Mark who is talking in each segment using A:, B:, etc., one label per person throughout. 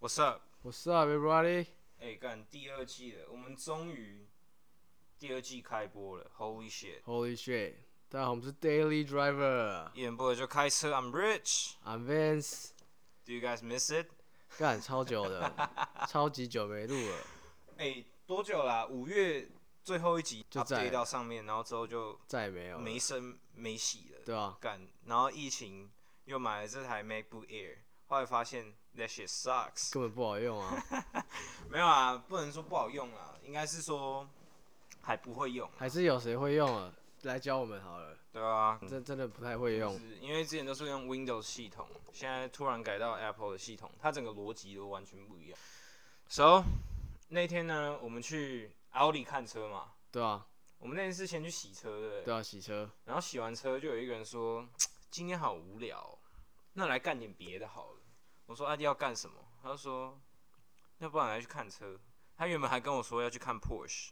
A: What's up？
B: What's up, everybody？
A: 哎、干第二季了，我们终于第二季开播了，Holy shit！
B: Holy shit！大家好，我们是 Daily Driver，I'm
A: 一言不合就开车，I'm rich。
B: Vance。
A: Do you guys miss it？
B: 干，超 久的，超级久没录了。
A: 哎、多久啦、五月最后一集
B: 就
A: u
B: 在
A: p 到上面，然后之后就
B: 再也没有了
A: 没声没息了。
B: 对啊，
A: 干，然后疫情又买了这台 MacBook Air，后来发现 that shit sucks。
B: 根本不好用 啊，
A: 没有啊，不能说不好用啦，应该是说还不会用，
B: 还是有谁会用啊？来教我们好了，
A: 对啊，
B: 真真的不太会用
A: 就。是因为之前都是用 Windows 系统，现在突然改到 Apple 的系统，它整个逻辑都完全不一样。So 那天呢，我们去 Audi 看车嘛，
B: 对啊，
A: 我们那天是先去洗车对不对
B: 对啊，洗车。
A: 然后洗完车就有一个人说：“今天好无聊哦、那来干点别的好了。”我说：“啊阿弟要干什么？”他就说：“要不然来去看车。”他原本还跟我说要去看 Porsche，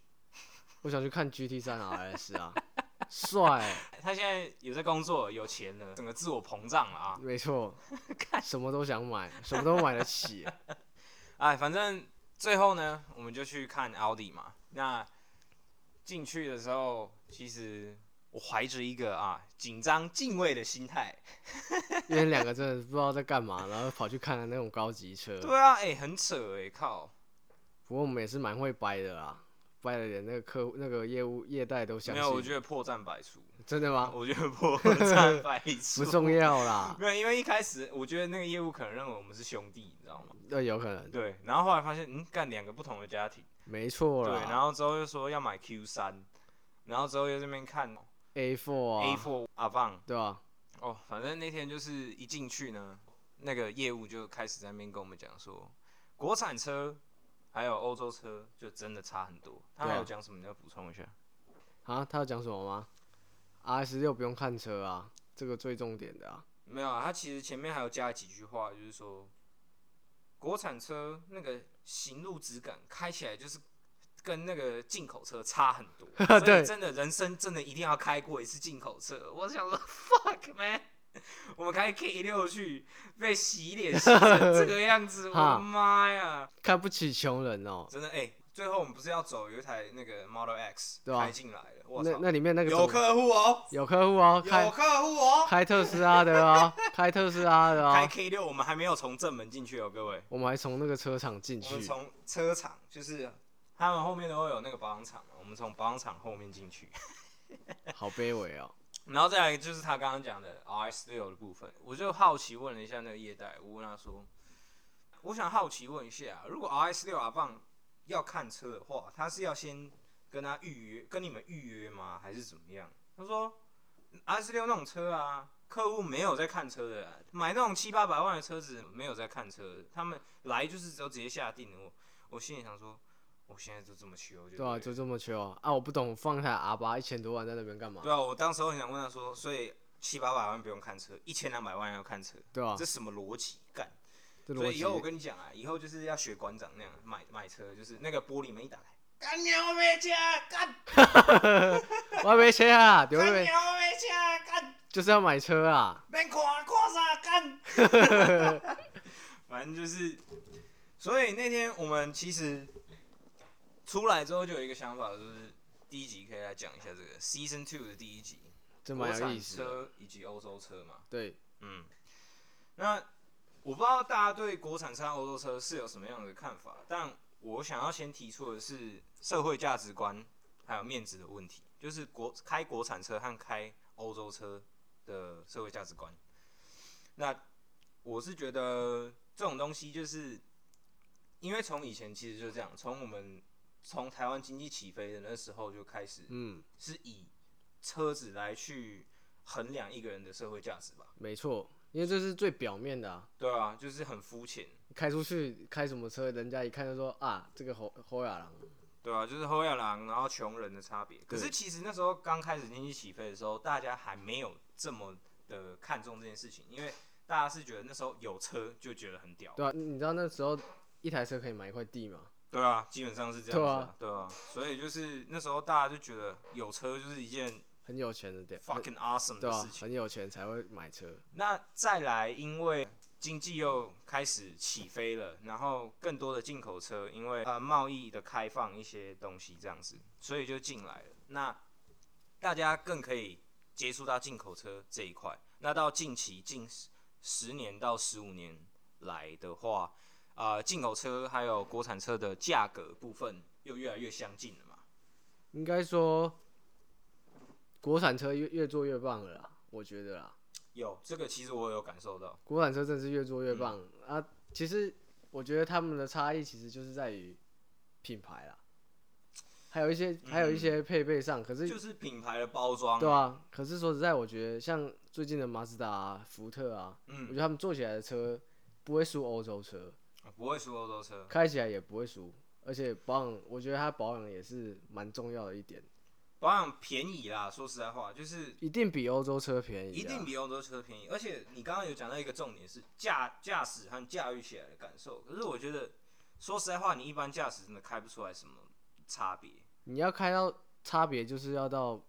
B: 我想去看 GT 三 RS 啊，帅欸、
A: 他现在有在工作，有钱了，整个自我膨胀了啊！
B: 没错， 什么都想买，什么都买得起欸、
A: 哎，反正最后呢，我们就去看奥迪嘛。那进去的时候，其实我怀着一个啊紧张敬畏的心态。
B: 因为两个真的不知道在干嘛，然后跑去看那种高级车。
A: 对啊，哎、很扯哎、靠！
B: 不过我们也是蛮会掰的啦，掰的连那个客户、那个业务业代都相
A: 没有，我觉
B: 信。
A: 得破绽百出。
B: 真的吗？
A: 我觉得破绽百出
B: 不重。要啦，
A: 没有，因为一开始我觉得那个业务可能认为我们是兄弟，你知道吗？
B: 那有可能，
A: 对，然后后来发现，嗯，干两个不同的家庭，
B: 没错
A: 对，
B: 啦。
A: 然后之后又说要买 Q 三，然后之后又这边看
B: A4 啊
A: A4 阿棒，
B: 对吧、
A: 哦，反正那天就是一进去呢，那个业务就开始在那边跟我们讲说，国产车还有欧洲车就真的差很多。他
B: 对啊
A: 还有讲什么？你要补充一下？
B: 啊，他要讲什么吗？RS 六不用看车啊，这个最重点的啊。
A: 没有啊，他其实前面还有加了几句话，就是说，国产车那个行路质感开起来就是跟那个进口车差很 多，所
B: 对
A: 以真的人生真的一定要开过一次进口车。我想说 ，fuck man，我们开 K 六去被洗脸洗成这个样子，我的
B: 哈
A: 妈呀！
B: 看不起穷人哦、
A: 真的哎、最后我们不是要走有一台那个 Model X
B: 对啊
A: 开进来了，我
B: 那
A: 操，
B: 那里面那个
A: 有
B: 总
A: 客户哦，
B: 有客户哦、
A: 有
B: 开
A: 客户哦。
B: 开特斯拉的哦、开特斯拉的
A: 开
B: 哦、
A: K 六，我们还没有从正门进去哦，各位。
B: 我们还从那个车厂进
A: 我们
B: 去，
A: 从车厂，就是他们后面都会有那个保养厂嘛，我们从保养厂后面进去，
B: 好卑微哦、
A: 然后再来就是他刚刚讲的 RS 六的部分，我就好奇问了一下那个业代，我问他说，我想好奇问一下，啊如果 RS 六阿棒要看车的话，他是要先跟他预约，跟你们预约吗，还是怎么样？他说 RS 六那种车啊。客户没有在看车的、啊，买那种七八百万的车子没有在看车的，他们来就是都直接下定了。我我心里想说，我现在就这么修就
B: 对啊，
A: 了
B: 就这么穷啊！我不懂，放一台 R 八一千多万在那边干嘛？
A: 对啊，我当时候很想问他说，所以七八百万不用看车，一千两百万要看车，
B: 对啊
A: 这，什么逻辑？干！
B: 这
A: 所
B: 逻
A: 以以后我
B: 辑
A: 跟你讲啊，以后就是要学馆长那样买买车，就是那个玻璃门一打开，干鸟没车，干
B: 我还没钱啊，对不
A: 干
B: 对？
A: 鸟没车，干
B: 就是要买车啊，
A: 别看看啥干。 反正就是，所以那天我们其实出来之后就有一个想法，就是第一集可以来讲一下这个 season two 的第一集，
B: 这
A: 国
B: 蛮有
A: 产
B: 意思的。
A: 车以及欧洲车嘛。
B: 对，
A: 嗯，那我不知道大家对国产车、欧洲车是有什么样的看法，但我想要先提出的是社会价值观还有面子的问题，就是国开国产车和开欧洲车的社会价值观。那我是觉得这种东西就是，因为从以前其实就这样，从我们从台湾经济起飞的那时候就开始，
B: 嗯，
A: 是以车子来去衡量一个人的社会价值吧。
B: 没错，因为这是最表面的、啊，
A: 对啊，就是很肤浅。
B: 开出去开什么车，人家一看就说啊，这个侯侯亚郎，
A: 对啊，就是后亚郎，然后穷人的差别。可
B: 对
A: 是其实那时候刚开始经济起飞的时候，大家还没有这么的看重这件事情，因为大家是觉得那时候有车就觉得很屌。
B: 对啊，你知道那时候一台车可以买一块地吗？
A: 对啊，基本上是这样子、啊。对啊，所以就是那时候大家就觉得有车就是一件
B: 很啊有钱的点，
A: fucking awesome
B: 对
A: 的
B: 啊
A: 事，情。
B: 很有钱才会买车，
A: 那再来，因为经济又开始起飞了，然后更多的进口车，因为呃贸易的开放一些东西这样子，所以就进来了。那大家更可以接触到进口车这一块。那到近期近十十年到十五年来的话，啊、进口车还有国产车的价格部分又越来越相近了嘛。
B: 应该说，国产车越越做越棒了啦，我觉得啦，
A: 有这个，其实我有感受到。
B: 国产车真的是越做
A: 嗯
B: 越棒、啊。其实我觉得他们的差异其实就是在于品牌啦，还有一些还有一些配备上，可是
A: 嗯就是品牌的包装，
B: 对啊，可是说实在，我觉得像最近的马自达啊、福特啊，
A: 嗯
B: 我觉得他们做起来的车不会输欧洲车，
A: 不会输欧洲车。
B: 开起来也不会输，而且保养，我觉得它保养也是蛮重要的一点，
A: 保养便宜啦，说实在话，就是
B: 一定比欧洲车便宜、啊，
A: 一定比欧洲车便宜。而且你刚刚有讲到一个重点是驾驾驶和驾驭起来的感受，可是我觉得说实在话，你一般驾驶真的开不出来什么差别。
B: 你要开到差别，就是要到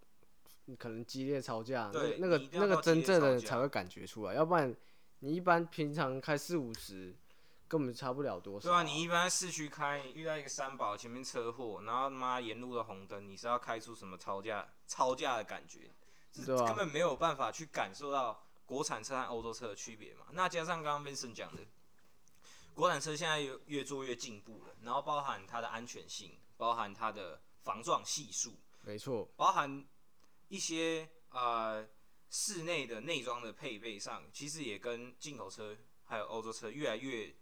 B: 可能激烈吵架，那个
A: 对
B: 那
A: 你一
B: 个
A: 定要
B: 那
A: 到
B: 个
A: 激烈
B: 真正的
A: 吵架
B: 才会感觉出来，要不然你一般平常开四五十，根本差不了多少、
A: 对啊，你一般在市区开，遇到一个三宝前面车祸，然后他妈沿路的红灯，你是要开出什么超价超价的感觉？是
B: 对啊
A: 根本没有办法去感受到国产车和欧洲车的区别嘛。那加上刚刚 Vincent 讲的，国产车现在越越做越进步了，然后包含它的安全性，包含它的防撞系数，
B: 没错，
A: 包含一些呃室内的内装的配备上，其实也跟进口车还有欧洲车越来越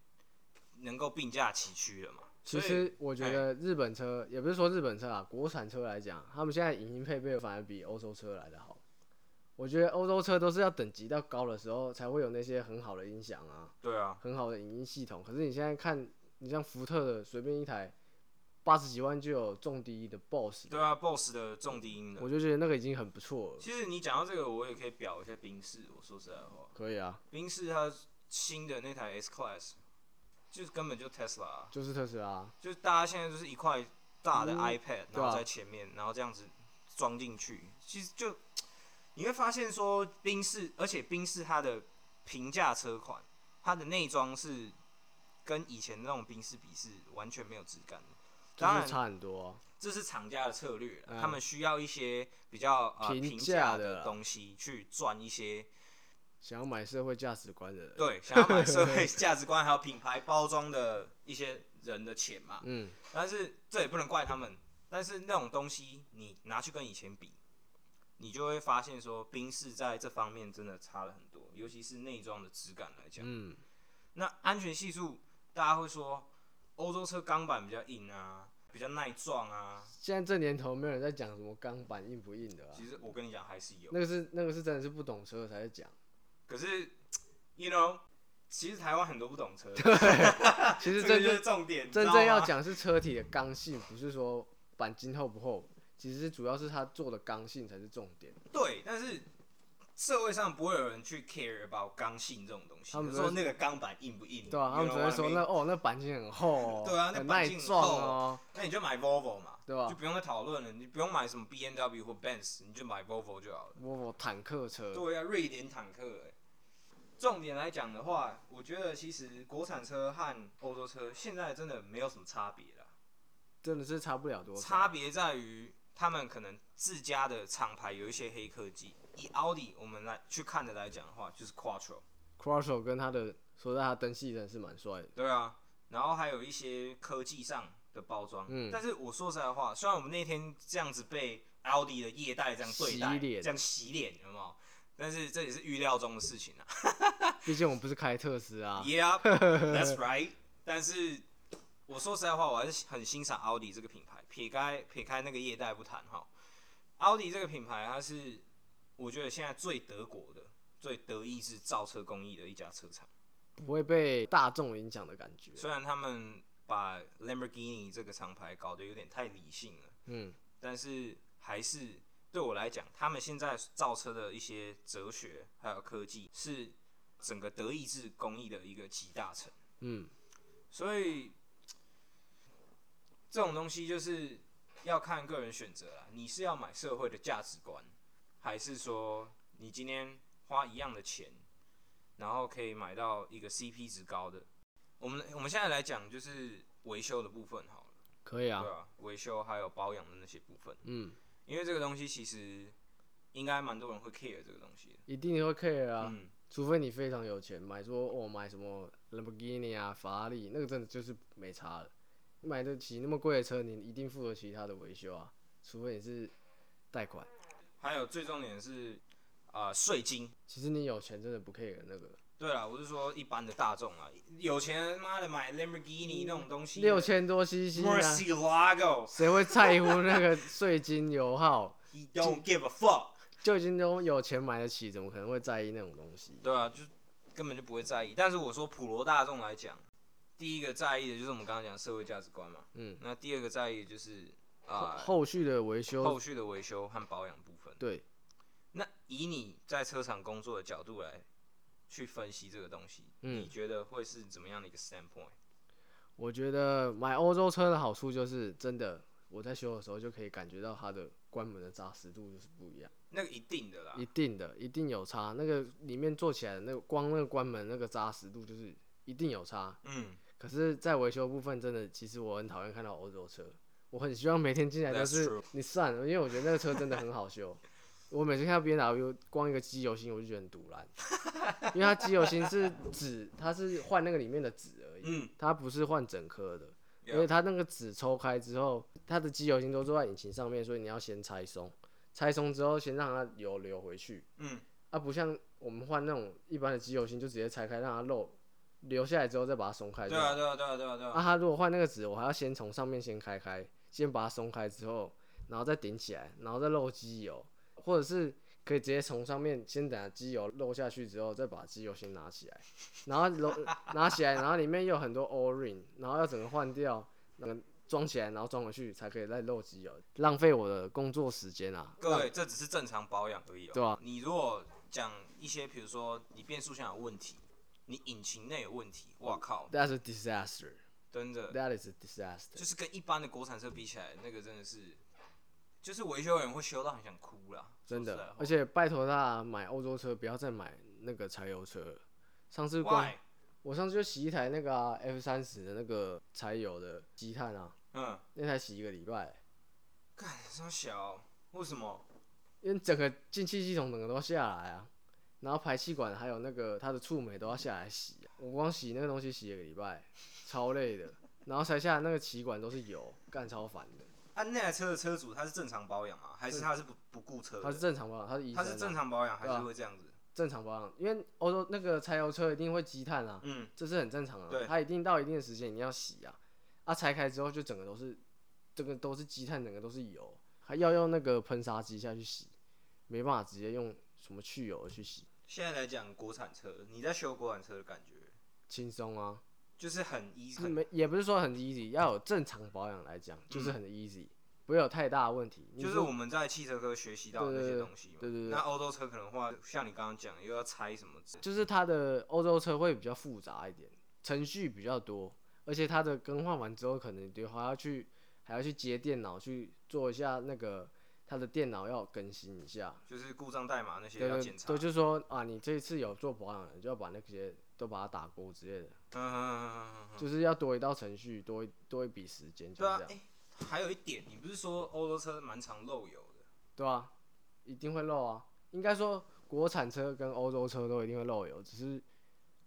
A: 能够并驾齐驱了嘛。所
B: 其
A: 以
B: 实我觉
A: 哎
B: 得日本车也不是说日本车啊，国产车来讲，他们现在影音配备反而比欧洲车来的好。我觉得欧洲车都是要等级到高的时候才会有那些很好的音响啊，
A: 对啊，
B: 很好的影音系统。可是你现在看，你像福特的随便一台八十几万就有重低的 BOSS，
A: 对啊，BOSS 的重低音的。
B: 我就觉得那个已经很不错了。
A: 其实你讲到这个，我也可以表一下宾士。我说实在话，
B: 可以啊，
A: 宾士它新的那台 S Class 就是根本就 Tesla，啊、
B: 就是特斯拉，
A: 就是大家现在就是一块大的 iPad，、
B: 对
A: 然
B: 啊
A: 后在前面，然后这样子装进去，其实就你会发现说，宾士，而且宾士它的平价车款，它的内装是跟以前那种宾士比是完全没有质感的。
B: 就
A: 当
B: 是
A: 然
B: 差很多啊、
A: 这是厂家的策略啦、
B: 嗯
A: 他们需要一些比较呃
B: 平
A: 平
B: 价
A: 价
B: 的
A: 的
B: 啦
A: 东西去赚一些
B: 想要买社会价值观的人，
A: 对想要买社会价值观还有品牌包装的一些人的钱嘛。
B: 嗯，
A: 但是这也不能怪他们。但是那种东西，你拿去跟以前比，你就会发现说，宾士在这方面真的差了很多，尤其是内装的质感来讲。
B: 嗯，
A: 那安全系数，大家会说欧洲车钢板比较硬啊，比较耐撞啊。
B: 现在这年头没有人在讲什么钢板硬不硬的、啊，
A: 其实我跟你讲，还是有。
B: 那个是那个是真的是不懂车才在讲。
A: 可是，you know，其实台湾很多不懂车，
B: 其
A: 啊这
B: 实
A: 个
B: 真
A: 就是
B: 正
A: 重点。你知
B: 真
A: 道
B: 正要
A: 吗
B: 讲是车体的刚性，不是说钣金厚不厚，其实主要是它做的刚性才是重点。
A: 对，但是社会上不会有人去 care about 刚性这种东西，
B: 他们
A: 就
B: 只会
A: 说那个钢板硬不硬，
B: 对啊，他们
A: you know
B: 只会
A: what I
B: 说
A: mean？
B: 那哦那钣金很厚、哦，
A: 对啊那
B: 很
A: 钣
B: 耐
A: 金很
B: 撞哦，
A: 那你就买 Volvo 嘛，
B: 对啊吧
A: 就不用再讨论了，你不用买什么 B N W 或 Benz，你就买 Volvo 就好了。
B: 我我坦克车，
A: 对啊，瑞典坦克、欸。重点来讲的话，我觉得其实国产车和欧洲车现在真的没有什么差别了，
B: 真的是差不了多少。
A: 差别在于他们可能自家的厂牌有一些黑科技。以奥迪我们来去看的来讲的话，就是 Quattro。
B: Crossover 跟它的说在它灯系真的是蛮帅的，
A: 对啊，然后还有一些科技上的包装。
B: 嗯
A: 但是我说实在话，虽然我们那天这样子被奥迪的业代这样对待，
B: 洗脸
A: 这样洗脸，有没有？但是这也是预料中的事情啊。
B: 毕竟我们不是开特斯拉、
A: yeah, that's right。但是我说实在话，我还是很欣赏奥迪这个品牌。撇开撇开那个业代不谈哈，奥迪这个品牌它是我觉得现在最德国的、最德意志造车工艺的一家车厂。
B: 不会被大众影响的感觉。
A: 虽然他们把 Lamborghini 这个厂牌搞得有点太理性了，
B: 嗯，
A: 但是还是对我来讲，他们现在造车的一些哲学还有科技是整个德意志工艺的一个集大成。
B: 嗯，
A: 所以这种东西就是要看个人选择啦。你是要买社会的价值观，还是说你今天花一样的钱，然后可以买到一个 CP 值高的。我们我们现在来讲就是维修的部分好了，
B: 可以啊
A: 对，啊，维修还有保养的那些部分，
B: 嗯，
A: 因为这个东西其实应该蛮多人会 care 这个东西的。
B: 一定会 care 啊，
A: 嗯，
B: 除非你非常有钱，买说哦买什么兰博基尼啊、法拉利，那个真的就是没差了。你买得起那么贵的车，你一定付得起它的维修啊，除非你是贷款。
A: 还有最重点是啊、呃税金。
B: 其实你有钱真的不 care 那个，
A: 对啦，我是说一般的大众啊，有钱人妈的买 Lamborghini 那种东西，
B: 嗯六千多 CC 啊，
A: Murcielago，
B: 谁会在乎那个税金油耗？
A: he don't give a fuck。
B: 就已经都有钱买得起，怎么可能会在意那种东西？
A: 对啊，就根本就不会在意。但是我说普罗大众来讲，第一个在意的就是我们刚刚讲社会价值观嘛，
B: 嗯，
A: 那第二个在意的就是
B: 后
A: 啊、
B: 后续的维
A: 后
B: 修，
A: 续的维修和保养部分。
B: 对，
A: 那以你在车厂工作的角度来去分析这个东西，
B: 嗯
A: 你，觉得会是怎么样的一个 standpoint？
B: 我觉得买欧洲车的好处就是，真的我在修的时候就可以感觉到它的关门的扎实度就是不一样，
A: 那个一定的啦，
B: 一定的，一定有差。那个里面做起来的那个光那个关门那个扎实度就是一定有差。
A: 嗯
B: 可是，在维修部分，真的其实我很讨厌看到欧洲车，我很希望每天进来都
A: That's
B: 啊是
A: true
B: 你散了，因为我觉得那个车真的很好修。我每次看到 B N W 光一个机油芯，我就觉得很堵烂，因为它机油芯是纸，它是换那个里面的纸而已。
A: 嗯，
B: 它不是换整颗的，
A: Yeah
B: 因为它那个纸抽开之后，它的机油芯都坐在引擎上面，所以你要先拆松，拆松之后先让它油流回去。
A: 嗯，
B: 啊，不像我们换那种一般的机油芯，就直接拆开让它漏留下来之后再把它松开就
A: 对
B: 好。
A: 啊对啊对啊对啊对啊
B: 啊，，它如果换那个纸，我还要先从上面先开开，先把它松开之后，然后再顶起来，然后再漏机油，或者是可以直接从上面先等下机油漏下去之后，再把机油先拿起来，然后漏拿起来，然后里面又有很多 O ring，然后要整个换掉，那个装起来，然后装回去才可以再漏机油，浪费我的工作时间啊！
A: 各位，这只是正常保养而已、哦。
B: 对啊
A: 你如果讲一些，比如说你变速箱有问题，你引擎内有问题，哇靠，
B: ，That's a disaster.
A: 真的
B: That is a disaster.
A: 就是跟一般的国产车比起来，那个真的是，就是维修人会修到很想哭啦，
B: 真
A: 说实在
B: 的
A: 话，
B: 而且拜托大家买欧洲车，不要再买那个柴油车了。上次光
A: Why？
B: 我上次就洗一台那个、啊、F 三十的那个柴油的积碳啊，
A: 嗯，
B: 那台洗一个礼拜，
A: 干这么小，为什么？
B: 因为整个进气系统整个都下来啊，然后排气管还有那个它的触媒都要下来洗啊、我光洗那个东西洗一个礼拜，超累的，然后才下来那个气管都是油，干超烦的。
A: 啊，那台车的车主他是正常保养吗？还是他是不不顾车的？
B: 它是正常保养，它是医生、
A: 他
B: 啊，
A: 是正常保养，还
B: 对
A: 是
B: 啊
A: 会这样子？
B: 正常保养，因为欧洲那个柴油车一定会积碳啊，
A: 嗯，
B: 这是很正常的、
A: 对
B: 啊，它一定到一定的时间你要洗啊，啊拆开之后就整个都是，这个都是积碳，整个都是油，还要用那个喷砂机下去洗，没办法直接用什么去油去洗，
A: 现在来讲国产车，你在修国产车的感觉，
B: 轻松啊，
A: 就是很 easy，
B: 是
A: 很
B: 没也不是说很 easy，要有正常保养来讲就是很 easy，、不会有太大的问题，你
A: 嗯就是
B: 说
A: 我们在汽车科学习到的那些东西嘛。
B: 对对对对
A: 那欧洲车可能话，像你刚刚讲，又要拆什么字，
B: 就是它的欧洲车会比较复杂一点，程序比较多，而且它的更换完之后，可能你还要去还要去接电脑去做一下那个它的电脑要更新一下，
A: 就是故障代码那些
B: 对
A: 要
B: 对
A: 检查。
B: 对，就是说啊，你这一次有做保养，就要把那些都把它打勾之类的，
A: 嗯嗯嗯嗯嗯嗯。
B: 就是要多一道程序，多一多一笔时间，就
A: 对
B: 是
A: 啊
B: 这，样，
A: 哎、还有一点，你不是说欧洲车蛮常漏油的？
B: 对啊，一定会漏啊，应该说国产车跟欧洲车都一定会漏油，只是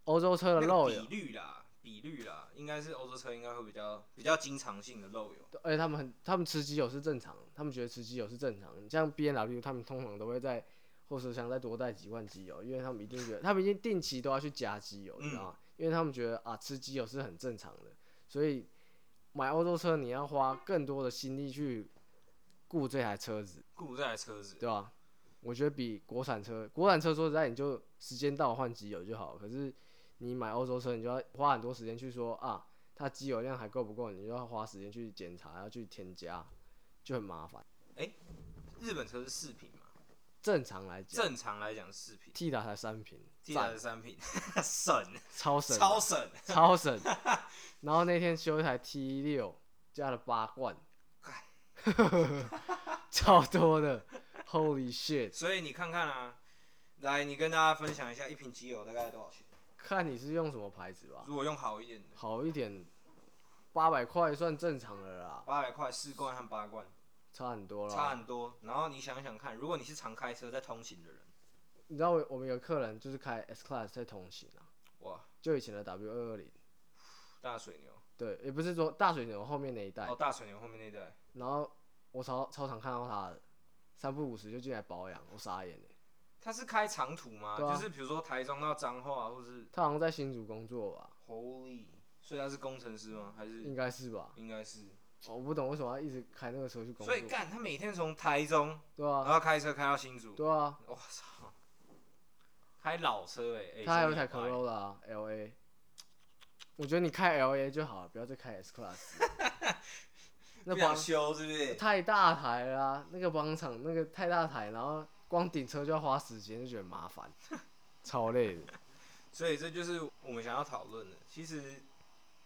B: 欧洲车
A: 那
B: 的
A: 个
B: 呃漏油
A: 比，率啦，比率啦，应该是欧洲车应该会比较比较经常性的漏油。
B: 对而且他们很，他们吃鸡油是正常，他们觉得吃鸡油是正常。你像 B N W，他们通常都会在后车厢再多带几罐机油，因为他们一定觉得，他们一定定期都要去加机油，你知道吗？因为他们觉得啊，吃鸡油是很正常的，所以买欧洲车你要花更多的心力去顾这台车子，
A: 顾这台车子，
B: 对吧？我觉得比国产车，国产车说实在，你就时间到换机油就好。可是你买欧洲车，你就要花很多时间去说啊，它机油量还够不够，你就要花时间去检查，要去添加，就很麻烦。
A: 日本车是四瓶嘛？
B: 正常来讲
A: 正常来讲是四瓶
B: ，T 打才三瓶，
A: ，T 台
B: 赞，
A: 是三瓶， 省
B: 超省，
A: 超省，
B: 超省。然后那天修一台 T 六，加了八罐，超多的，Holy shit！
A: 所以你看看啊，来，你跟大家分享一下一瓶机油大概多少钱？
B: 看你是用什么牌子吧。
A: 如果用好一点的，
B: 好一点，八百块算正常的啦，
A: 八百块四罐和八罐，
B: 差很多
A: 差
B: 啦。
A: 很多。然后你想想看，如果你是常开车在通勤的人，
B: 你知道我我们有客人就是开 S Class 在通行啊，
A: 哇，
B: 就以前的 W 二二零，
A: 大水牛
B: 对，也不是说大水牛后面那一带
A: 哦，，大水牛后面那代，
B: 然后我超超常看到他的，三不五十就进来保养，我傻眼了。欸
A: 他是开长途吗？
B: 对啊
A: 就是比如说台中到彰化，或是
B: 他好像在新竹工作吧，
A: Holy，所以他是工程师吗？还是
B: 应该是吧？哦
A: 应该是？
B: 我不懂为什么要一直开那个车去工作
A: 所，以干哦他每天从台中，
B: 对
A: 然
B: 啊，
A: 后开车开到新竹，
B: 对啊，
A: 我操，开老车哎、欸，
B: 他还有一
A: 真的
B: 台
A: 掰
B: Corolla 啊 LA，我觉得你开 LA 就好了，不要再开 S Class 了。那
A: 不想
B: 帮
A: 修是不是？
B: 太大台啦、那个帮厂那个太大台，然后光顶车就要花时间，就觉得麻烦， 超累的。
A: 所以这就是我们想要讨论的。其实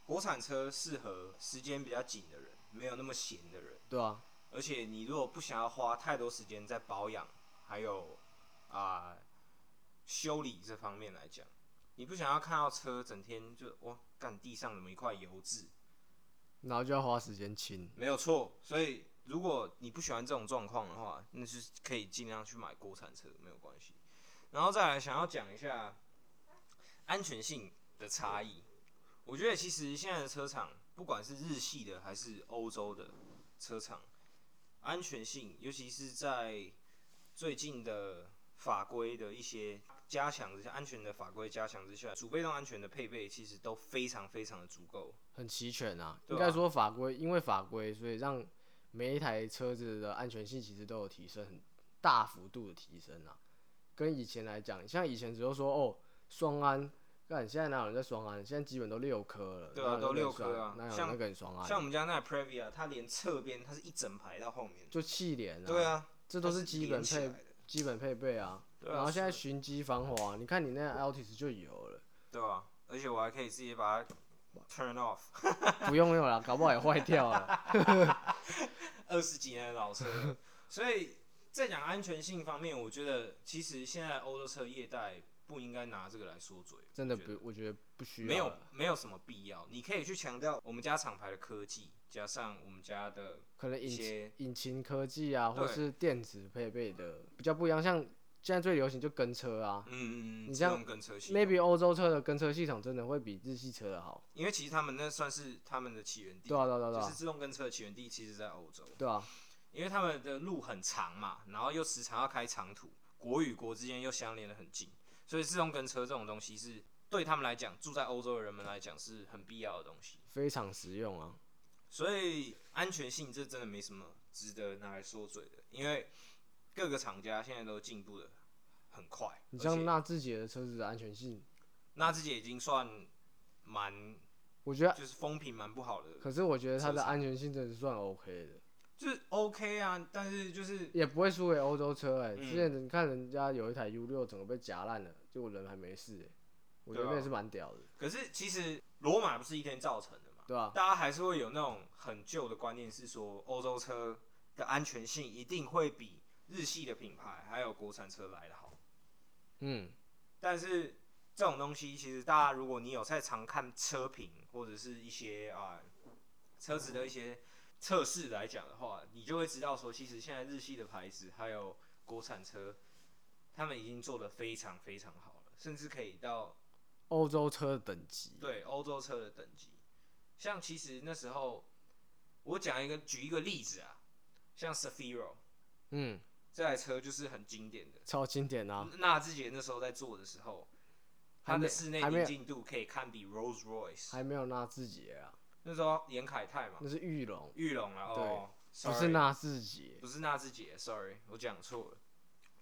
A: 国产车适合时间比较紧的人，没有那么闲的人，
B: 对啊，
A: 而且你如果不想要花太多时间在保养，还有啊、修理这方面来讲，你不想要看到车整天就哇干地上怎么一块油渍，
B: 然后就要花时间清。
A: 没有错。所以如果你不喜欢这种状况的话，那就是可以尽量去买国产车，没有关系。然后再来想要讲一下安全性的差异。我觉得其实现在的车厂，不管是日系的还是欧洲的车厂，安全性，尤其是在最近的法规的一些加强之下，安全的法规加强之下，主被动安全的配备其实都非常非常的足够。
B: 很齐全啊，
A: 对
B: 应
A: 啊
B: 该说法规，因为法规，所以让每一台车子的安全性其实都有提升，很大幅度的提升啊。跟以前来讲，像以前只有说哦双安，但现在哪有人在双安？现在基本都六颗了，
A: 对啊
B: 哪有人
A: 都六
B: 跟双
A: 颗啊
B: 哪有
A: 像
B: 人跟双
A: 像我
B: 安？
A: 们家那台 Previa，它连侧边它是一整排到后面。
B: 就气帘啊，
A: 对，啊，
B: 这都
A: 它
B: 是基本
A: 连起来
B: 配
A: 的。
B: 基本配备啊。
A: 对啊
B: 然后现在
A: 是
B: 循机防滑，你看你那 Altis 就有了，
A: 对啊，而且我还可以自己把它 turn off。
B: 不用用 了，搞不好也坏掉了。
A: 二十几年的老车 了，所以在讲安全性方面，我觉得其实现在欧洲车业代不应该拿这个来说嘴，
B: 真的
A: 我觉得
B: 不，我觉得不需要了。
A: 没有没有什么必要。你可以去强调我们家厂牌的科技，加上我们家的
B: 可能
A: 一
B: 引
A: 些
B: 擎引擎科技啊，或
A: 对
B: 是电子配备的比较不一样。像现在最流行就跟车啊
A: 嗯，
B: 你
A: 自
B: 像
A: 动跟车系统
B: ，maybe 欧洲车的跟车系统真的会比日系车的好。
A: 因为其实他们那算是他们的起源地，
B: 对啊，对啊，对啊，对
A: 就是
B: 啊
A: 自动跟车的起源地，其实在欧洲。
B: 对啊，
A: 因为他们的路很长嘛，然后又时常要开长途，国与国之间又相连得很近，所以自动跟车这种东西是对他们来讲，住在欧洲的人们来讲是很必要的东西。
B: 非常实用啊。
A: 所以安全性这真的没什么值得拿来说嘴的，因为各个厂家现在都进步的很快，
B: 你
A: 而且
B: 像纳智捷的车子的安全性，
A: 纳智捷已经算蛮
B: 我觉得，
A: 就是风评蛮不好的，
B: 可是我觉得它
A: 车
B: 的
A: 厂
B: 安全性真的是算 OK 的，
A: 就是 OK 啊，但是就是
B: 也不会输给欧洲车哎、
A: 嗯
B: 之前你看人家有一台 U 六整个被夹烂了，结果人还没事哎、我觉得
A: 对啊
B: 那也是蛮屌的，
A: 可是其实罗马不是一天造成的嘛。
B: 对吧、
A: 大家还是会有那种很旧的观念，是说欧洲车的安全性一定会比日系的品牌还有国产车来的好。
B: 嗯，
A: 但是这种东西，其实大家如果你有在常看车评或者是一些啊、车子的一些测试来讲的话，你就会知道说，其实现在日系的牌子还有国产车，他们已经做得非常非常好了，甚至可以到
B: 欧洲车的等级，
A: 对欧洲车的等级。像其实那时候，我讲一个举一个例子啊，像 Safiro
B: 嗯，
A: 这台车就是很经典的。
B: 超经典啊，
A: 纳智捷那时候在做的时候，它
B: 还
A: 的
B: 没
A: 室内
B: 还没
A: 宁
B: 有
A: 静度可以堪比 Rolls Royce。
B: 还没有纳智捷啊，
A: 那时候严凯泰嘛，
B: 那是玉龙，
A: 玉龙啊，哦，
B: 不
A: sorry，
B: 是纳智捷。
A: 不是纳智捷，sorry，我讲错了。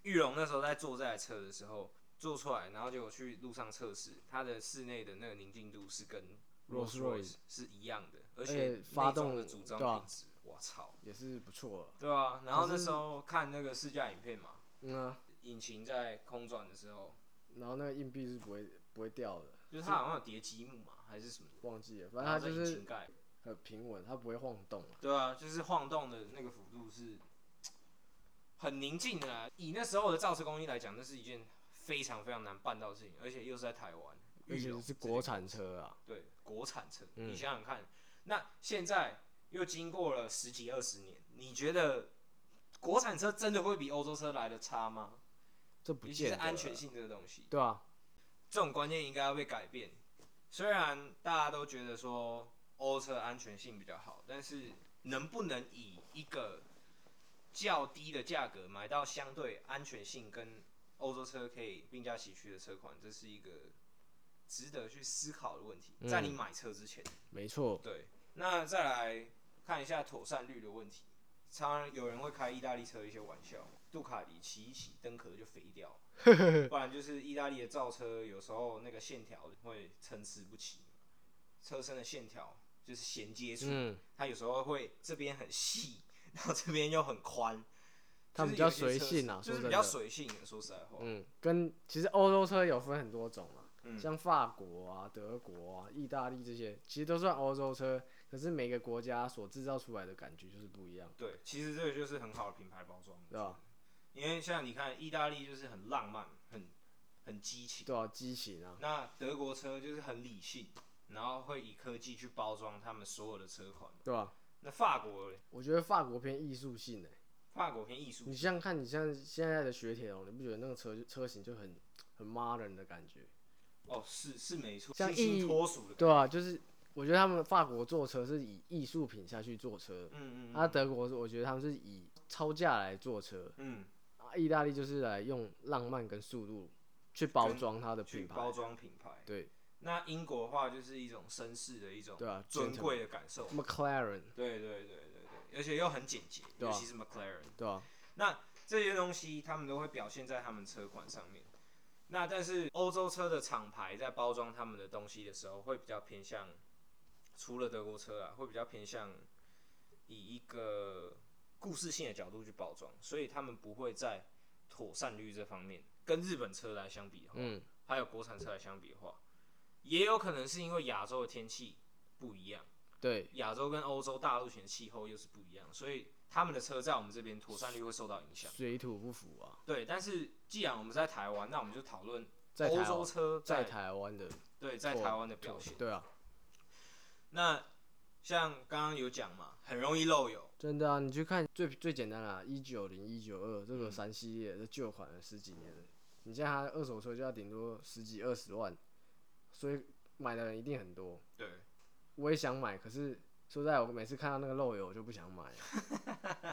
A: 玉龙那时候在做这台车的时候，做出来，然后就去路上测试，它的室内的那个宁静度是跟 Rolls
B: Rolls
A: Royce 是一样的，而
B: 且
A: 且
B: 发
A: 内
B: 动
A: 装的组装
B: 对啊
A: 品质，我操，
B: 也是不错了。
A: 对啊。然后
B: 可
A: 那
B: 是
A: 时候看那个试驾影片嘛，
B: 嗯啊，
A: 引擎在空转的时候，
B: 然后那个硬币是不会不会掉的，
A: 就是它好像有叠积木嘛，还是什么的，
B: 忘记了，反
A: 然
B: 正
A: 后
B: 它
A: 在
B: 就
A: 引
B: 是
A: 擎盖，
B: 很平稳，它不会晃动啊。
A: 对啊，就是晃动的那个幅度是很宁静的啊。以那时候的造车工艺来讲，那是一件非常非常难办到的事情，而且又是在台湾，
B: 而
A: 玉
B: 且
A: 龙这
B: 是国
A: 个
B: 产车啊，
A: 对国产车，
B: 嗯
A: 你想想看，那现在又经过了十几二十年，你觉得国产车真的会比欧洲车来的差吗？
B: 这不
A: 尤其
B: 见
A: 是
B: 得啊
A: 安全性这个东西，
B: 对啊，
A: 这种观念应该要被改变。虽然大家都觉得说欧车安全性比较好，但是能不能以一个较低的价格买到相对安全性跟欧洲车可以并驾齐驱的车款，这是一个值得去思考的问题。
B: 嗯
A: 在你买车之前，
B: 没错，
A: 对，那再来看一下妥善率的问题。常常有人会开意大利车一些玩笑，杜卡迪骑一骑灯壳就飞掉， 不然就是意大利的造车有时候那个线条会参差不齐，车身的线条就是衔接处，
B: 嗯，
A: 它有时候会这边很细，然后这边又很宽。
B: 它
A: 就是
B: 比较
A: 有些
B: 随
A: 车
B: 性啊
A: 就是
B: 说真
A: 比较
B: 的
A: 随性。说实在话，
B: 嗯，跟其实欧洲车有分很多种嘛，
A: 嗯
B: 像法国啊、德国啊、意大利这些，其实都算欧洲车，可是每个国家所制造出来的感觉就是不一样，
A: 对，其实这个就是很好的品牌包装，
B: 对啊吧？
A: 因为像你看，意大利就是很浪漫，很很激情。
B: 对啊，激情啊，
A: 那德国车就是很理性，然后会以科技去包装他们所有的车款。
B: 对吧？
A: 那法国嘞，
B: 我觉得法国偏艺术性诶、
A: 法国偏艺术
B: 你，想想看，你像现在的雪铁龙，你不觉得那个车就车型就很很 modern 的感觉？
A: 哦，是是没错，
B: 像
A: 清新
B: 意
A: 脱俗的，
B: 对啊，就是我觉得他们法国做车是以艺术品下去做车，
A: 嗯嗯
B: 啊，德国是我觉得他们是以超价来做车，
A: 嗯，
B: 啊，意大利就是来用浪漫跟速度去包装它的
A: 去
B: 品
A: 包
B: 牌，
A: 装品牌。
B: 对
A: 那英国的话就是一种绅士的一种
B: 对啊
A: 尊贵的感受，
B: ，McLaren，
A: 对对对对对，而且又很简洁，
B: 对啊
A: 尤其是 McLaren。
B: 对吧、
A: 那这些东西他们都会表现在他们车款上面。那但是欧洲车的厂牌在包装他们的东西的时候，会比较偏向，除了德国车啊，会比较偏向以一个故事性的角度去包装，所以他们不会在妥善率这方面跟日本车来相比的话，
B: 嗯，
A: 还有国产车来相比的话，也有可能是因为亚洲的天气不一样，
B: 对，
A: 亚洲跟欧洲大陆型的气候又是不一样，所以他们的车在我们这边妥善率会受到影响。
B: 水土不服啊，
A: 对，但是既然我们在台湾，那我们就讨论
B: 在
A: 欧
B: 台
A: 洲
B: 湾，
A: 车
B: 在台湾的
A: 对在
B: 做
A: 台湾的表现。
B: 对啊，
A: 那像刚刚有讲嘛，很容易漏油。
B: 真的啊，你去看最最简单啦，一九零、一九二这
A: 嗯
B: 个三系列的旧款了十几年了，你现在它二手车就要顶多十几二十万，所以买的人一定很多。
A: 对，
B: 我也想买，可是说实在，我每次看到那个漏油，我就不想买 了，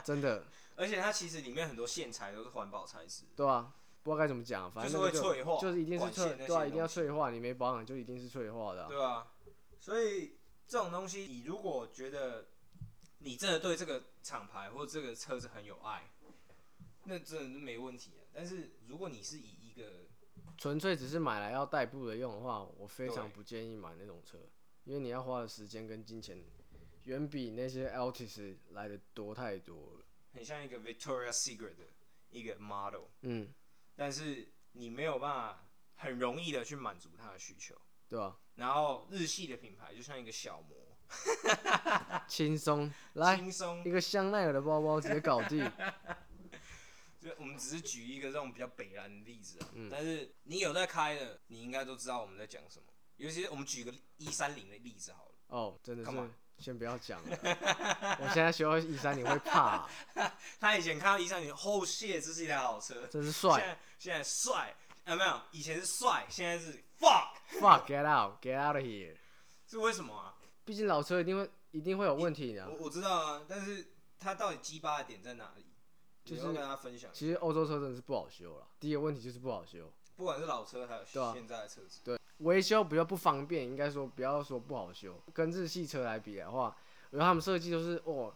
B: 真的，
A: 而且它其实里面很多线材都是环保材质。
B: 对啊，不知道该怎么讲，反正
A: 就是
B: 那个
A: 会脆化
B: 就是一定是
A: 管线
B: 脆，
A: 那
B: 对啊，
A: 些
B: 一定要
A: 东西
B: 脆化，你没保养就一定是脆化的啊、
A: 对啊，所以这种东西，你如果觉得你真的对这个厂牌或者这个车子很有爱，那真的没问题啊。但是如果你是以一个
B: 纯粹只是买来要代步的用的话，我非常
A: 对
B: 不建议买那种车，因为你要花的时间跟金钱远比那些 Altis 来的多太多了。
A: 很像一个 Victoria Secret 的一个 model，
B: 嗯，
A: 但是你没有办法很容易的去满足他的需求。
B: 对吧、
A: 然后日系的品牌就像一个小模，
B: 轻松来
A: 轻松。
B: 一个香奈儿的包包直接搞定。
A: 就我们只是举一个这种比较北蓝的例子啊，
B: 嗯
A: 但是你有在开的，你应该都知道我们在讲什么。尤其是我们举个一三零的例子好了，
B: 哦，真的是
A: 干嘛，
B: 先不要讲了。我现在学到一三，你会怕、啊
A: 他以前看到一三零，后谢哦这是一台好车，
B: 真是
A: 现
B: 帅。
A: 在现在帅啊没有，以前是帅，现在是 fuck，
B: Fuck get out, get out of here。
A: 是为什么啊？
B: 毕竟老车一定会一定会有问题的啊、
A: 我我知道啊，但是他到底鸡巴的点在哪里？
B: 就是
A: 你要跟大家分享一下，
B: 其实欧洲车真的是不好修了，第一个问题就是不好修。
A: 不管是老车还有
B: 对啊
A: 现在的车子，
B: 对，维修比较不方便，应该说不要说不好修。跟日系车来比的话，然后他们设计就是哦，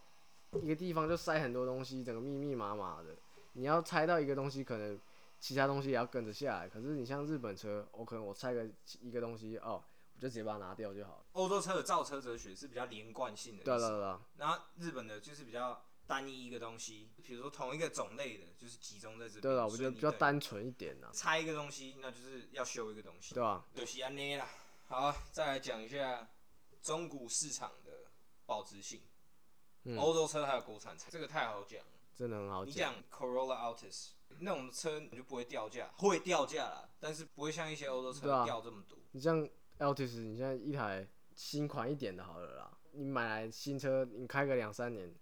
B: 一个地方就塞很多东西，整个密密麻麻的，你要拆到一个东西，可能其他东西也要跟着下来。可是你像日本车，我、可能我拆个一个东西哦，我就直接把它拿掉就好了。
A: 欧洲车的造车哲学是比较连贯性的，
B: 对啊对啊对啊，
A: 然后日本的就是比较单一一个东西，比如说同一个种类的，就是集中在这边。
B: 对啊，我
A: 所以
B: 觉得
A: 你
B: 比较
A: 等于
B: 单纯一点呐、
A: 拆一个东西，那就是要修一个东西。
B: 对啊吧、
A: 就是安内啦。好，再来讲一下中古市场的保值性。
B: 嗯
A: 欧洲车还有国产车，这个太好讲了。
B: 真的很好
A: 你
B: 讲。
A: 讲 Corolla Altis，那种车你就不会掉价，会掉价啦，但是不会像一些欧洲车
B: 对啊
A: 掉这么多。
B: 你像 Altis，你现在一台新款一点的好了啦，你买来新车，你开个两三年，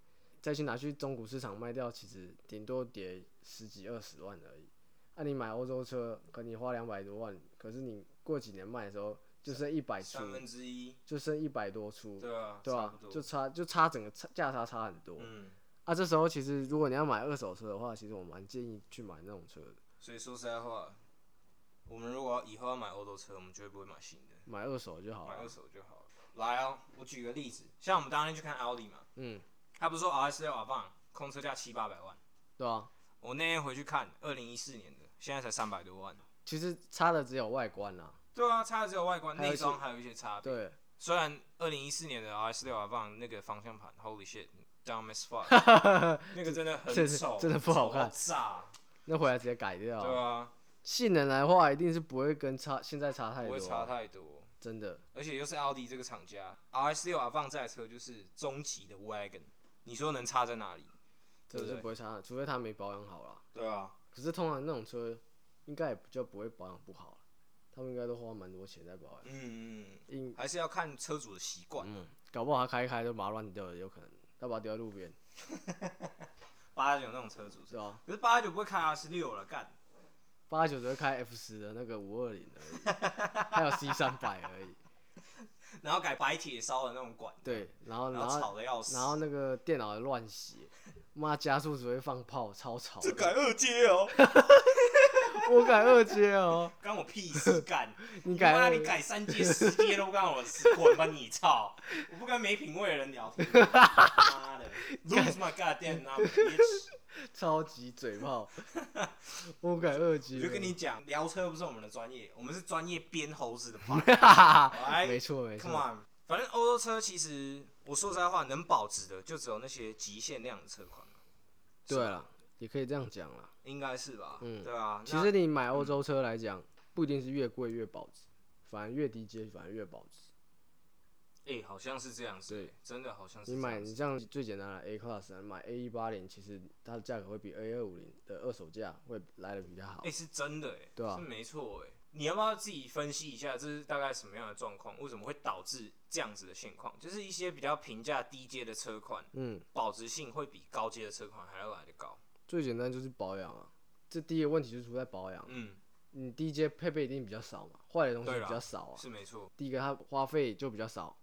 B: 再去拿去中古市场卖掉，其实顶多跌十几二十万而已。啊，你买欧洲车，可你花两百多万，可是你过几年卖的时候就剩一百出，
A: 三分之一，
B: 就剩一百多出，
A: 对啊，
B: 对
A: 差
B: 吧
A: 不、多，
B: 就差就差整个差价差差很多。
A: 嗯，
B: 啊，这时候其实如果你要买二手车的话，其实我蛮建议去买那种车的，
A: 所以说实在话，我们如果以后要买欧洲车，我们绝对不会买新的，
B: 买二手就好
A: 买
B: 了
A: 二。手就好了。来哦，我举个例子，像我们当天去看奥迪嘛，
B: 嗯，
A: 他不是说 RS 六 R 棒空车价七八百万，
B: 对啊，
A: 我那天回去看，二零一四年的，现在才三百多万。
B: 其实差的只有外观啦。
A: 对啊，差的只有外观，
B: 还有
A: 内
B: 一些
A: 装还有一些差别。
B: 对，
A: 虽然二零一四年的啊 RS 六 R 棒那个方向盘，Holy shit，dumb as fuck，那个真的很
B: 真的
A: 丑，
B: 真的不好看哦
A: 丑到
B: 那回来直接改
A: 炸，
B: 掉。
A: 对啊，
B: 性能来的话，一定是不会跟差现在差太
A: 不
B: 多、
A: 会差
B: 啊，
A: 太多。
B: 真的。
A: 而且又是奥迪这个厂家，RS 六 R 棒这台车就是终极的 wagon，你说能差在哪里？对不
B: 真的是
A: 对？
B: 不会差，除非他没保养好啦。
A: 对啊，
B: 可是通常那种车，应该也比较不会保养不好，他们应该都花蛮多钱在保养。
A: 嗯，
B: 因
A: 还是要看车主的习惯，
B: 嗯，搞不好他开一开就把它乱掉了，有可能，他把它丢在路边，
A: 八九那种车主是，
B: 是吧？
A: 可是八九不会开 RS 六了，干。
B: 八九只会开 F 十的那个五二零而已，还有 C 三百而已。
A: 然后改白铁烧的那种管，
B: 对，然后
A: 然
B: 然
A: 后
B: 后
A: 吵的要死。
B: 然后那个电脑也乱写，妈加速只会放炮，超吵的。
A: 这改二阶哦，
B: 我改二阶哦，
A: 干我屁事干！
B: 你 改
A: 妈
B: 二
A: 你改三阶、十阶都不干我的事，滚吧你 操！我不跟没品味的人聊天。妈的，lose my goddamn number bitch！
B: 超级嘴炮，我改二级，
A: 我就跟你讲，聊车不是我们的专业，我们是专业编猴子的吧。来
B: 没错没错，
A: 哎，Come on！反正欧洲车其实，我说实在话，能保值的就只有那些极限量的车款了，
B: 对了，也可以这样讲啦。
A: 应该是吧？
B: 嗯
A: 对啊。
B: 其实你买欧洲车来讲，不一定是越贵越保值，反而越低阶反而越保值。
A: 那，哎、好像是这样子，
B: 对，
A: 真的好像是啊
B: 你
A: 这
B: 买
A: 样子。
B: 你像最简单的 A Class，啊买 A 一八零，其实它的价格会比 A 二五零的二手价会来的比较好
A: 哎、。是真的哎、
B: 对啊
A: 是没错哎、你要不要自己分析一下，这是大概什么样的状况？为什么会导致这样子的现况？就是一些比较平价低阶的车款，
B: 嗯，
A: 保值性会比高阶的车款还要来得高。
B: 最简单就是保养啊，这第一个问题就出在保养，
A: 嗯，
B: 你低阶配备一定比较少嘛，坏的东西
A: 对啦
B: 比较少啊。
A: 是没错。
B: 第一个它花费就比较少，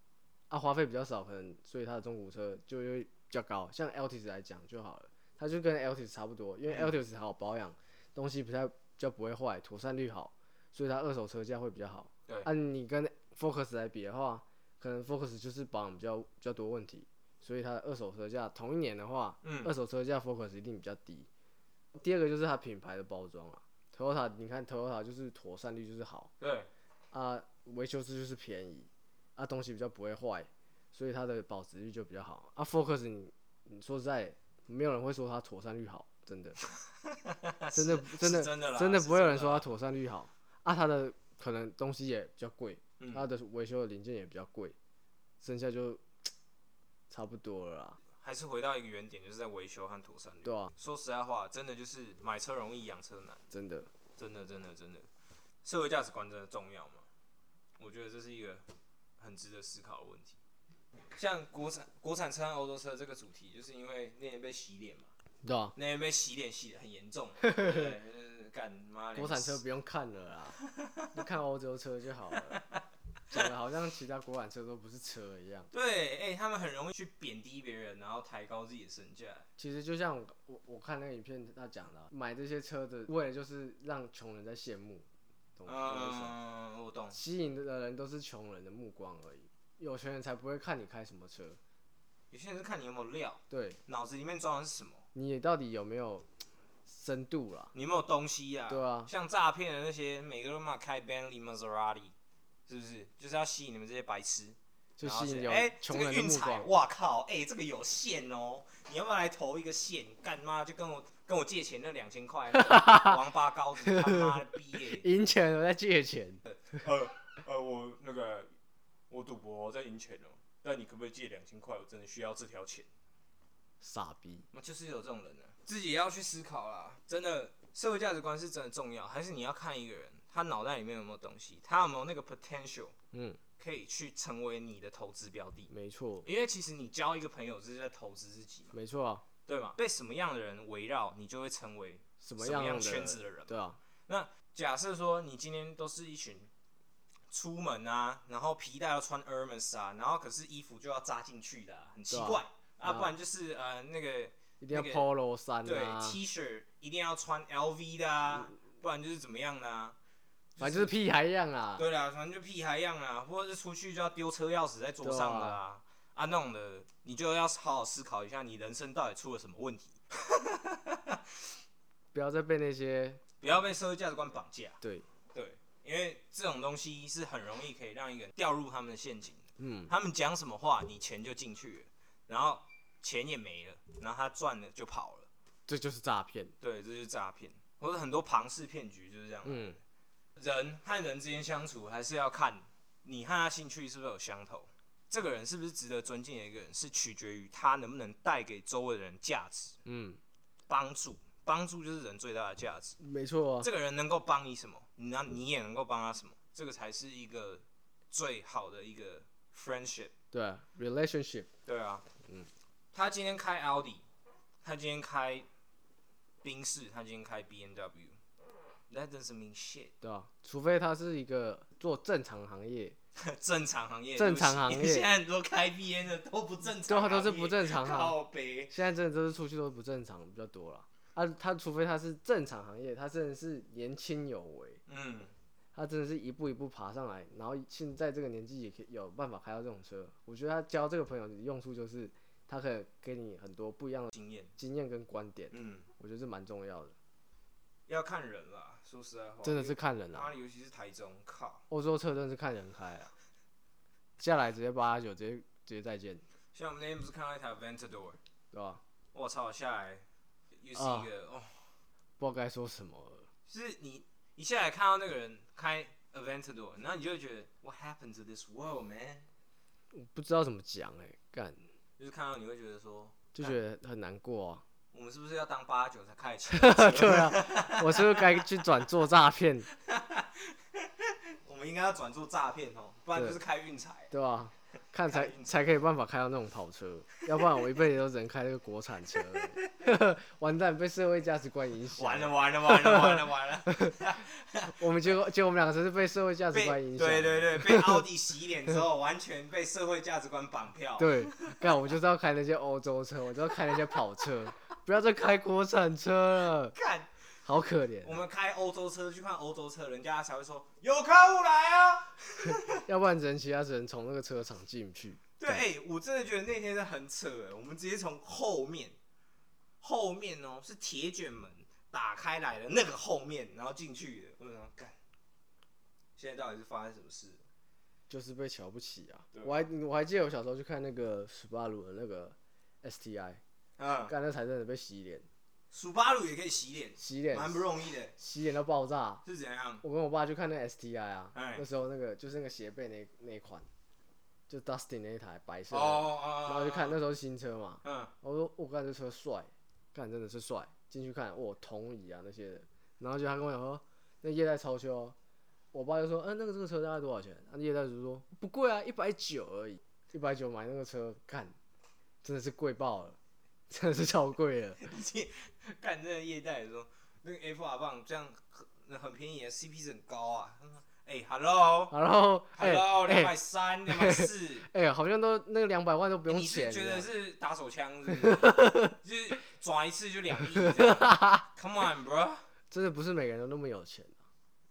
B: 啊，花费比较少，可能所以它的中古车就会比较高。像 Altis 来讲就好了，它就跟 Altis 差不多，因为
A: 嗯
B: Altis 好保养，东西不太比较不会坏，妥善率好，所以它二手车价会比较好。
A: 对
B: 啊，你跟 Focus 来比的话，可能 Focus 就是保养比较比较多问题，所以它的二手车价同一年的话，
A: 嗯
B: 二手车价 Focus 一定比较低。第二个就是它品牌的包装啊，Toyota，你看 Toyota 就是妥善率就是好。
A: 对，
B: 啊，维修师就是便宜，啊，东西比较不会坏，所以它的保值率就比较好。啊，Focus 你你说实在，没有人会说它妥善率好，真的，真的真的
A: 是真的啦，
B: 真的
A: 是
B: 不会有人
A: 啦
B: 说它妥善率好。啊，它的可能东西也比较贵，
A: 嗯
B: 它的维修的零件也比较贵，剩下就差不多了啦，
A: 还是回到一个原点，就是在维修和妥善率。
B: 对啊，
A: 说实在话，真的就是买车容易养车难，
B: 真的，
A: 真的真的真的，社会价值观真的重要吗？我觉得这是一个很值得思考的问题。像国产国产车和欧洲车这个主题，就是因为那天被洗脸嘛，
B: 对啊，
A: 那天被洗脸洗的很严重，对不对，就是 干妈
B: 国产车不用看了啦，就看欧洲车就好了，讲的好像其他国产车都不是车一样。
A: 对，哎、他们很容易去贬低别人，然后抬高自己的身价。
B: 其实就像我我我看那个影片，他讲的啊、买这些车的为了就是让穷人在羡慕，懂
A: 啊
B: 懂我意思吗？
A: 嗯，我懂。
B: 吸引的人都是穷人的目光而已，有钱人才不会看你开什么车。
A: 有些人是看你有没有料，
B: 对
A: 脑子里面装的是什么，
B: 你到底有没有深度啦？
A: 你有没有东西呀、
B: 对啊，
A: 像诈骗的那些，每个都骂开 Bentley、Maserati，是不是？就是要吸引你们这些白痴，
B: 就
A: 然后
B: 吸引
A: 是
B: 有
A: 哎、
B: 穷
A: 这个
B: 人的
A: 运
B: 目
A: 彩，
B: 光。
A: 哇靠，哎、这个有限哦，你要不要来投一个线？干妈就跟我跟我借钱那两千块，那 个王八羔子他妈的逼耶、
B: 赢钱我在借钱，
A: 呃呃，我那个我赌博在赢钱哦，但你可不可以借两千块？我真的需要这条钱。
B: 傻逼。
A: 那就是有这种人呢、自己要去思考啦。真的，社会价值观是真的重要，还是你要看一个人他脑袋里面有没有东西，他有没有那个 potential，
B: 嗯，
A: 可以去成为你的投资标的？
B: 没错，
A: 因为其实你交一个朋友就是在投资自己嘛，
B: 没错啊，
A: 对吗？被什么样的人围绕，你就会成为
B: 什
A: 么
B: 么样的
A: 圈子的人。
B: 对啊，
A: 那假设说你今天都是一群出门啊，然后皮带要穿 Hermes 啊，然后可是衣服就要扎进去的啊、很奇
B: 对啊
A: 怪啊，
B: 啊
A: 不然就是呃那个
B: 一定要
A: 那个
B: Polo 衫
A: 对
B: 啊，
A: T 恤一定要穿 LV 的啊，不然就是怎么样的啊。
B: 反正就是屁孩一样啊啦。
A: 对啦，反正就屁孩样啊，或者是出去就要丢车钥匙在桌上的啊，啊那种的，你就要好好思考一下，你人生到底出了什么问题，
B: 不要再被那些
A: 不要被社会价值观绑架。
B: 对，
A: 对，因为这种东西是很容易可以让一个人掉入他们的陷阱的。
B: 嗯，
A: 他们讲什么话，你钱就进去了，然后钱也没了，然后他赚了就跑了。
B: 这就是诈骗。
A: 对，这就是诈骗，或者很多庞氏骗局就是这样。
B: 嗯，
A: 人和人之间相处，还是要看你和他兴趣是不是有相投，这个人是不是值得尊敬的一个人，是取决于他能不能带给周围的人价值、
B: 嗯，
A: 帮助。帮助就是人最大的价值。
B: 没错啊，
A: 这个人能够帮你什么，那你也能够帮他什么，这个才是一个最好的一个 friendship。
B: 对啊，relationship，
A: 对啊，
B: 嗯，
A: 他今天开奥迪，他今天开宾士，他今天开 B M W。That doesn't mean shit
B: 对啊，除非他是一个做正常行业，
A: 正常行业，
B: 正常行业
A: 对不起现在很多开 B N 的都不正常
B: 对
A: 行
B: 啊，
A: 业，
B: 都是不正常啊。
A: 靠北
B: 现在真的都是出去都是不正常比较多了。啊，他除非他是正常行业，他真的是年轻有为，
A: 嗯，
B: 他真的是一步一步爬上来，然后现在这个年纪也可以有办法开到这种车。我觉得他交这个朋友的用处就是，他可以给你很多不一样的
A: 经验，
B: 经验跟观点，
A: 嗯，
B: 我觉得是蛮重要的。
A: 要看人啦，说实在话，
B: 真的是看人啊
A: 哪，里，尤其是台中，靠，
B: 欧洲车真的是看人开啊。下来直接八加九，直接直接再见，
A: 像我们那天不是看到一台 Ventador，
B: 对吧？
A: 我操，下来又是
B: 啊
A: 一个、哦，
B: 不知道该说什么了。
A: 就是你一下来看到那个人开 Aventador，然后你就会觉得 What happened to this world, man？
B: 我不知道怎么讲哎、干
A: 就是看到你会觉得说，
B: 就觉得很难过啊。
A: 我们是不是要当八九才开得 起
B: 对啊，我是不是该去转做诈骗，
A: 我们应该要转做诈骗哦，不然就是开运财。
B: 对吧、看才才可以办法开到那种跑车，要不然我一辈子都只能开那个国产车 了，完蛋，被社会价值观影响。
A: 完了完了完了完了完 了！
B: 我们结果结果我们两个真是被社会价值
A: 被
B: 观影响。
A: 对对对，被奥迪洗脸之后，完全被社会价值观绑票。
B: 对，干我就是要开那些欧洲车，我就要开那些跑车，不要再开国产车了，
A: 看
B: 好可怜
A: 我
B: 啊、
A: 们开欧洲车去看欧洲车，人家才会说有客户来啊。
B: 要不然人其他只能从那个车厂进去。
A: 对，哎、我真的觉得那天是很扯哎，我们直接从后面，后面哦是铁卷门打开来的那个后面，然后进去的，我想干，现在到底是发生什么事？
B: 就是被瞧不起啊
A: 对！
B: 我还我还记得我小时候去看那个斯巴鲁的那个 STI，
A: 嗯，
B: 干那才真的被洗脸，
A: 苏巴鲁也可以洗脸，
B: 洗脸
A: 蛮不容易的，
B: 洗脸到爆炸。
A: 是怎样？
B: 我跟我爸去看那个 STI 啊，
A: 哎
B: 那时候那个就是那个斜背那那一款，就 Dustin 那一台白色
A: 哦
B: 的，
A: 哦哦，
B: 啊然后就看那时候是新车嘛，
A: 嗯，
B: 我说我看这车帅，看真的是帅，进去看我同椅啊那些的，然后就他跟我讲说那液态超车哦，我爸就说，嗯、那个这个车大概多少钱？那、液态就说不贵啊，一百九而已，一百九买那个车，看真的是贵爆了，真的是超贵了，
A: 干这个业代说，那个 F R 棒这样很很便宜啊，CP 值很高啊。他说哎，Hello
B: 然后哎
A: Hello，两
B: 哎
A: 百三、两百 四，
B: 哎，好像都那个两百万都不用
A: 你
B: 钱
A: 是觉得
B: 了，
A: 是打手枪是不是？ 就是转一次就两亿这 样？Come on bro，
B: 真的不是每个人都那么有钱、啊，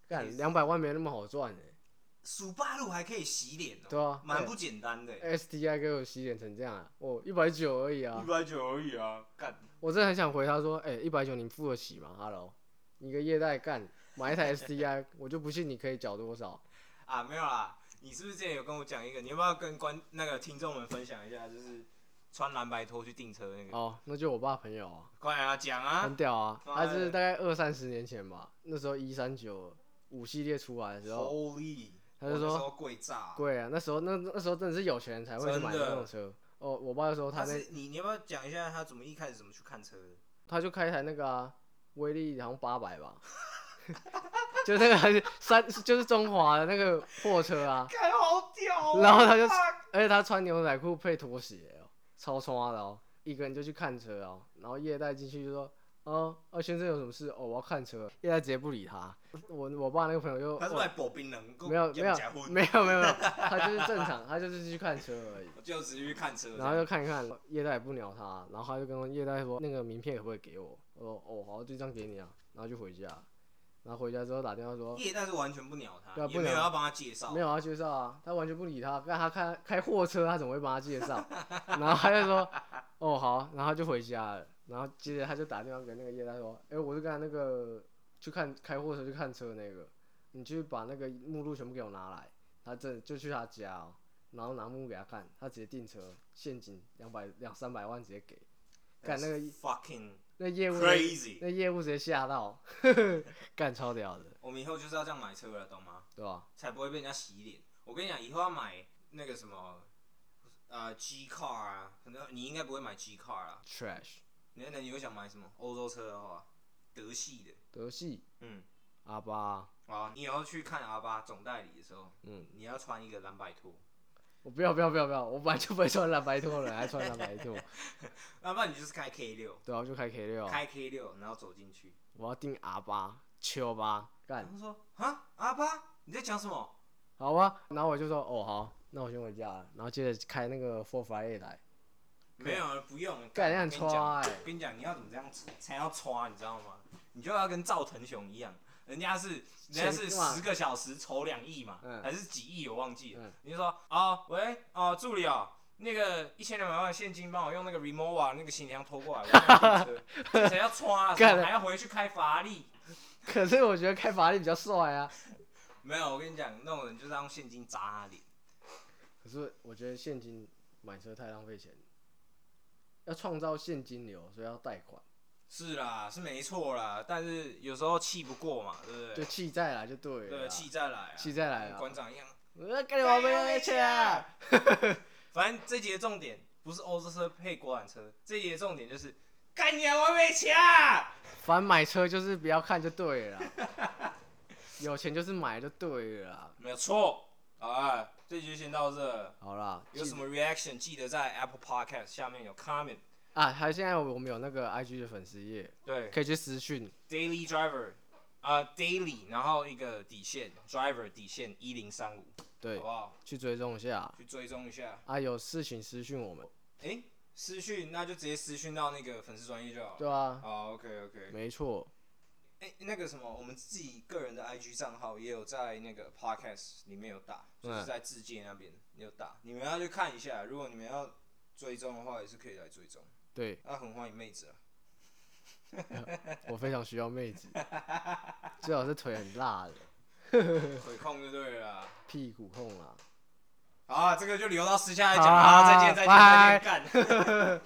A: 也
B: 干
A: 是
B: 两百万没那么好赚哎、
A: 数八路还可以洗脸哦，
B: 对啊
A: 蛮不简单的，
B: STI 给我洗脸成这样啊！哦，一百九而已啊！
A: 一百九而已啊，干
B: 我真的很想回他说，哎、1一百九你付得起吗？Hello，你个业代干买一台 STI，我 就不信你可以缴多少。
A: 啊没有啦。你是不是之前有跟我讲一个？你要不要跟观那个听众们分享一下？就是穿蓝白拖去订车那个，
B: 哦，那就我爸朋友啊，
A: 快点啊讲嗯啊
B: 很！屌啊，
A: 妈
B: 他
A: 的
B: 是大概二三十年前吧，那时候一三九五系列出来的时
A: 哦
B: 候，
A: Holy，
B: 他就说
A: 我那时候贵炸，
B: 贵啊，那时候那那时候真的是有钱人才会去买
A: 真的
B: 那种车。哦，我爸就说他
A: 他
B: 那
A: 是你，你要不要讲一下他怎么一开始怎么去看车的？
B: 他就开一台那个啊威力好像八百吧， 就那个三就是中华的那个货车啊，
A: 看好屌哦、
B: 然后他就
A: 看
B: 而且他穿牛仔裤配拖鞋哦、超穿的哦、一个人就去看车哦、然后叶代进去就说。哦，哦，先生有什么事？哦，我要看车。叶代直接不理他。我我爸那个朋友就
A: 他是
B: 哦
A: 来保冰人，够
B: 没有没有
A: 假婚，
B: 没有没有，没有，他就是正常， 他就是去看车而已。
A: 我就只去看车这样，
B: 然后就看一看，叶代也不鸟他，然后他就跟叶代说那个名片可不可以给我？我说哦好，就这张给你啊，然后就回家，然后回家之后打电话说
A: 叶但是完全不鸟他，
B: 对啊
A: 也
B: 不
A: 没有
B: 鸟
A: 要帮他介绍，
B: 没有要介绍啊，他完全不理他，让他开开货车，他怎么会帮他介绍？ 然后他就说哦好，然后他就回家了，然后接着他就打电话给那个叶代说，哎、我是刚才那个去看开货车去看车那个，你去把那个目录全部给我拿来，他这就去他家、哦，然后拿目录给他看，他直接订车，现金两百两三百万直接给。干那个
A: That's fucking
B: 那业务直接
A: crazy，
B: 那业务直接吓到， 干超屌的，
A: 我们以后就是要这样买车了，懂吗？
B: 对吧？
A: 才不会被人家洗脸。我跟你讲，以后要买那个什么，呃，G car 啊，可能你应该不会买 G car 啊。
B: Trash
A: 你那你会想买什么？欧洲车的话，德系的，
B: 德系
A: 嗯，
B: 阿巴，
A: 啊，你以后去看阿巴总代理的时候，
B: 嗯，
A: 你要穿一个蓝白拖，
B: 我不要不要不要不要，我本来就不会穿蓝白拖了，还穿蓝白拖，
A: 要啊不然你就是开 K 六，
B: 对啊，我就开 K 六啊，
A: 开 K 六，然后走进去。
B: 我要订阿巴秋吧，干
A: 他们说啊，阿巴，你在讲什么？
B: 好啊，然后我就说哦好，那我先回家了，然后接着开那个 Four Friday 来，
A: 没有，不用。
B: 干
A: 我
B: 你
A: 跟
B: 很
A: 你讲，
B: 穿欸
A: 我跟你讲，你要怎么这样才要穿，你知道吗？你就要跟赵腾雄一样，人家是人家是
B: 钱嘛
A: 十个小时筹两亿嘛，
B: 嗯
A: 还是几亿我忘记了。
B: 嗯
A: 你就说哦，喂，哦，助理哦。那个一千两百万现金，帮我用那个 Remova 那个行李箱拖过来，我要订 车这谁要穿啊？
B: 干
A: 什么还要回去开法拉利？
B: 可是我觉得开法拉利比较帅啊，
A: 没有，我跟你讲，那种人就是要用现金砸他脸。
B: 可是我觉得现金买车太浪费钱，要创造现金流，所以要贷款，
A: 是啦，是没错啦，但是有时候气不过嘛，对不对？
B: 就气再来就对了
A: 对，
B: 啦，
A: 气再来啊，
B: 气再来
A: 跟
B: 啊。
A: 馆长一样。
B: 我要跟你玩没有没钱啊！
A: 反正这集的重点不是欧洲车配国产车，这集的重点就是干你啊，我没钱啊！
B: 反正买车就是不要看就对了啦， 有钱就是买就对了啦。
A: 没有错，好啊，这集就先到这。
B: 好啦，
A: 有
B: 记
A: 什么 reaction 记得在 Apple Podcast 下面有 comment，
B: 啊？还有现在我们有那个 IG 的粉丝页，
A: 对
B: 可以去私讯。
A: ，Daily Driver 啊、d a i l y 然后一个底线 Driver 底线一零三五，
B: 对
A: 好啊不，好？
B: 去追踪一下
A: 去追踪一下。
B: 啊！有事情私讯我们，
A: 诶，私讯那就直接私讯到那个粉丝专业就好了。哦
B: 对啊，
A: 好，OK OK。
B: 没错，
A: 哎、那个什么，我们自己个人的 IG 账号也有在那个 Podcast 里面有打，就是
B: 嗯
A: 在自界那边有打，你们要去看一下。如果你们要追踪的话，也是可以来追踪。
B: 对
A: 那、很欢迎妹子啊，
B: 我非常需要 妹子，最好是腿很辣的，
A: 腿控就对了啦。
B: 屁股控啦。
A: 啊好啊，这个就留到私下来讲
B: 好
A: 啦。再
B: 啊
A: 见，再见，再见，干。